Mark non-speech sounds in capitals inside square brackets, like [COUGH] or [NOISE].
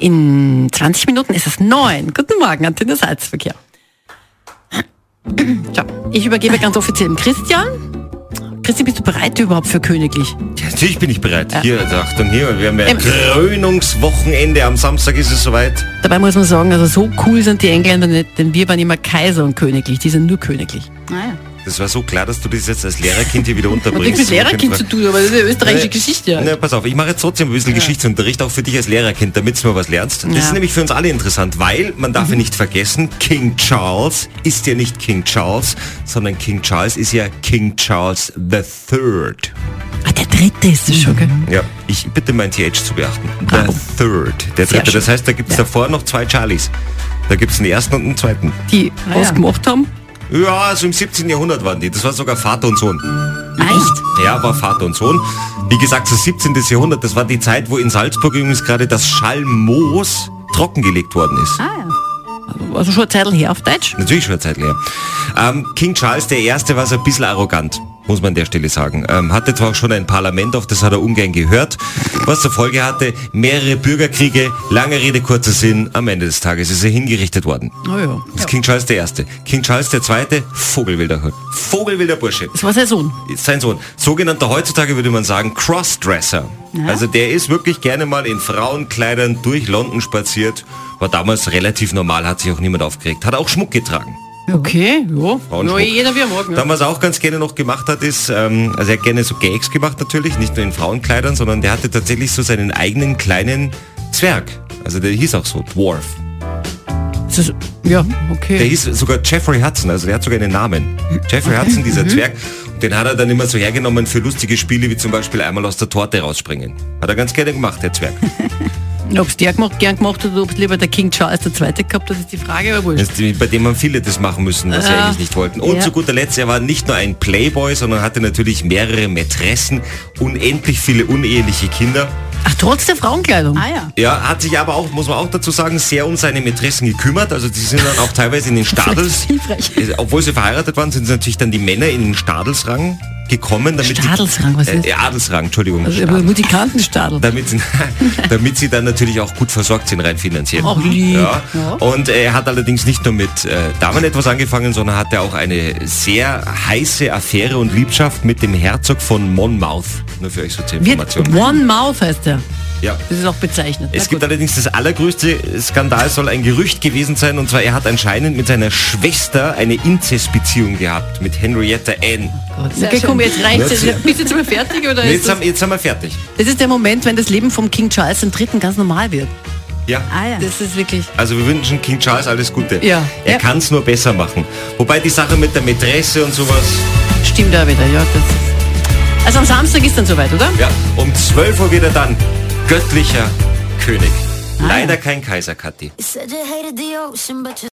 In 20 Minuten ist es neun. Guten Morgen, Antenne Salzverkehr. [CLEARS THROAT] So, ich übergebe ganz offiziell dem Christian. Christian, bist du bereit überhaupt für königlich? Ja, Natürlich bin ich bereit. Hier, ach, dann hier, wir haben ja Krönungswochenende. Am Samstag ist es soweit. Dabei muss man sagen, also so cool sind die Engländer nicht, denn wir waren immer Kaiser und königlich. Die sind nur königlich. Naja. Das war so klar, dass du das jetzt als [LAUGHS] Lehrerkind hier wieder Hat unterbringst. nichts mit Lehrerkind zu tun, aber das ist eine österreichische Äh, Geschichte. halt. Na, pass auf, ich mache jetzt trotzdem ein bisschen Geschichtsunterricht, auch für dich als Lehrerkind, damit du mal was lernst. Das Ja. Mhm. ist nämlich für uns alle interessant, weil, man darf ja nicht vergessen, King Charles ist ja nicht King Charles, sondern King Charles ist ja King Charles the Third. Ah, der dritte ist es schon, gell? Ja, ich bitte mein TH zu beachten. The Ah. Third, der Sehr Dritte. Das schön. heißt, da gibt es Ja. davor noch zwei Charlies. Da gibt es einen ersten und einen zweiten. Die was gemacht haben. Ja, also im 17. Jahrhundert waren die. Das war sogar Vater und Sohn. Echt? Ja, war Vater und Sohn. Wie gesagt, das 17. Jahrhundert, das war die Zeit, wo in Salzburg übrigens gerade das Schallmoos trockengelegt worden ist. Ah ja. Also schon eine Zeit her auf Deutsch. Natürlich schon eine Zeit leer. Ähm, King Charles I. war so ein bisschen arrogant, muss man an der Stelle sagen. Ähm, hatte zwar auch schon ein Parlament, auf das hat er ungern gehört, was zur Folge hatte, mehrere Bürgerkriege, lange Rede, kurzer Sinn, am Ende des Tages ist er hingerichtet worden. Oh ja. Das ist King Charles I. King Charles II. Vogelwilder Hund. Vogelwilder Bursche. Das war sein Sohn. sein Sohn. Sogenannter heutzutage würde man sagen Crossdresser. Also der ist wirklich gerne mal in Frauenkleidern durch London spaziert. War damals relativ normal, hat sich auch niemand aufgeregt. Hat auch Schmuck getragen. Okay, ja. Frauenschmuck. Ja, jeder wie er mag. ne? Dann Ja. was er auch ganz gerne noch gemacht hat, ist, ähm, also er hat gerne so Gags gemacht natürlich, nicht nur in Frauenkleidern, sondern der hatte tatsächlich so seinen eigenen kleinen Zwerg. Also der hieß auch so, Dwarf. Das ist, ja, Der okay. hieß sogar Jeffrey Hudson, also der hat sogar einen Namen. Jeffrey Hudson, Mhm. dieser Zwerg. Und den hat er dann immer so hergenommen für lustige Spiele, wie zum Beispiel einmal aus der Torte rausspringen. Hat er ganz gerne gemacht, der Zwerg. Ob es der gemacht, gern gemacht hat oder ob es lieber der King Charles II. gehabt hat, ist die Frage, aber wurscht. Das ist die- Bei dem haben viele das machen müssen, was sie Ah. eigentlich nicht wollten. Und Ja. zu guter Letzt, er war nicht nur ein Playboy, sondern hatte natürlich mehrere Mätressen, unendlich viele uneheliche Kinder. Ach, trotz der Frauenkleidung. Ah ja. Ja, hat sich aber auch, muss man auch dazu sagen, sehr um seine Mätressen gekümmert. Also die sind dann auch teilweise in den Stadels, hilfreich. Äh, obwohl sie verheiratet waren, sind natürlich dann die Männer in den Stadelsrang gekommen, damit Stadelsrang, was sie, ist äh, Adelsrang, Entschuldigung. Also, aber Stadel. Musikantenstadel. [LAUGHS] damit sie, damit sie dann natürlich auch gut versorgt sind, rein finanziell. Ach, lieb. Ja. Ja. Und er hat allerdings nicht nur mit äh, Damen etwas angefangen, sondern hatte auch eine sehr heiße Affäre und Liebschaft mit dem Herzog von Monmouth. Nur für euch so zur Wird Information. One Mouth heißt der. Ja. Das ist auch bezeichnet. Es Na gibt gut. allerdings das allergrößte Skandal, soll ein Gerücht gewesen sein, und zwar er hat anscheinend mit seiner Schwester eine Inzestbeziehung gehabt, mit Henrietta Ann. Sehr Okay, komm, schön. jetzt reicht's. Jetzt- Jetzt, bist du jetzt mal fertig? Oder Jetzt ist das, haben, jetzt haben wir fertig. das ist der Moment, wenn das Leben vom King Charles III. ganz normal wird. Ja. Ah ja. Das ist wirklich... Also wir wünschen King Charles alles Gute. Ja. Er Ja. kann es nur besser machen. Wobei die Sache mit der Mätresse und sowas, Stimmt da wieder, ja. Das ist, also am Samstag ist dann soweit, oder? ja, um 12 Uhr wieder dann. Ah. Göttlicher König. Leider kein Kaiser, Kathi. You said you hated the ocean, but you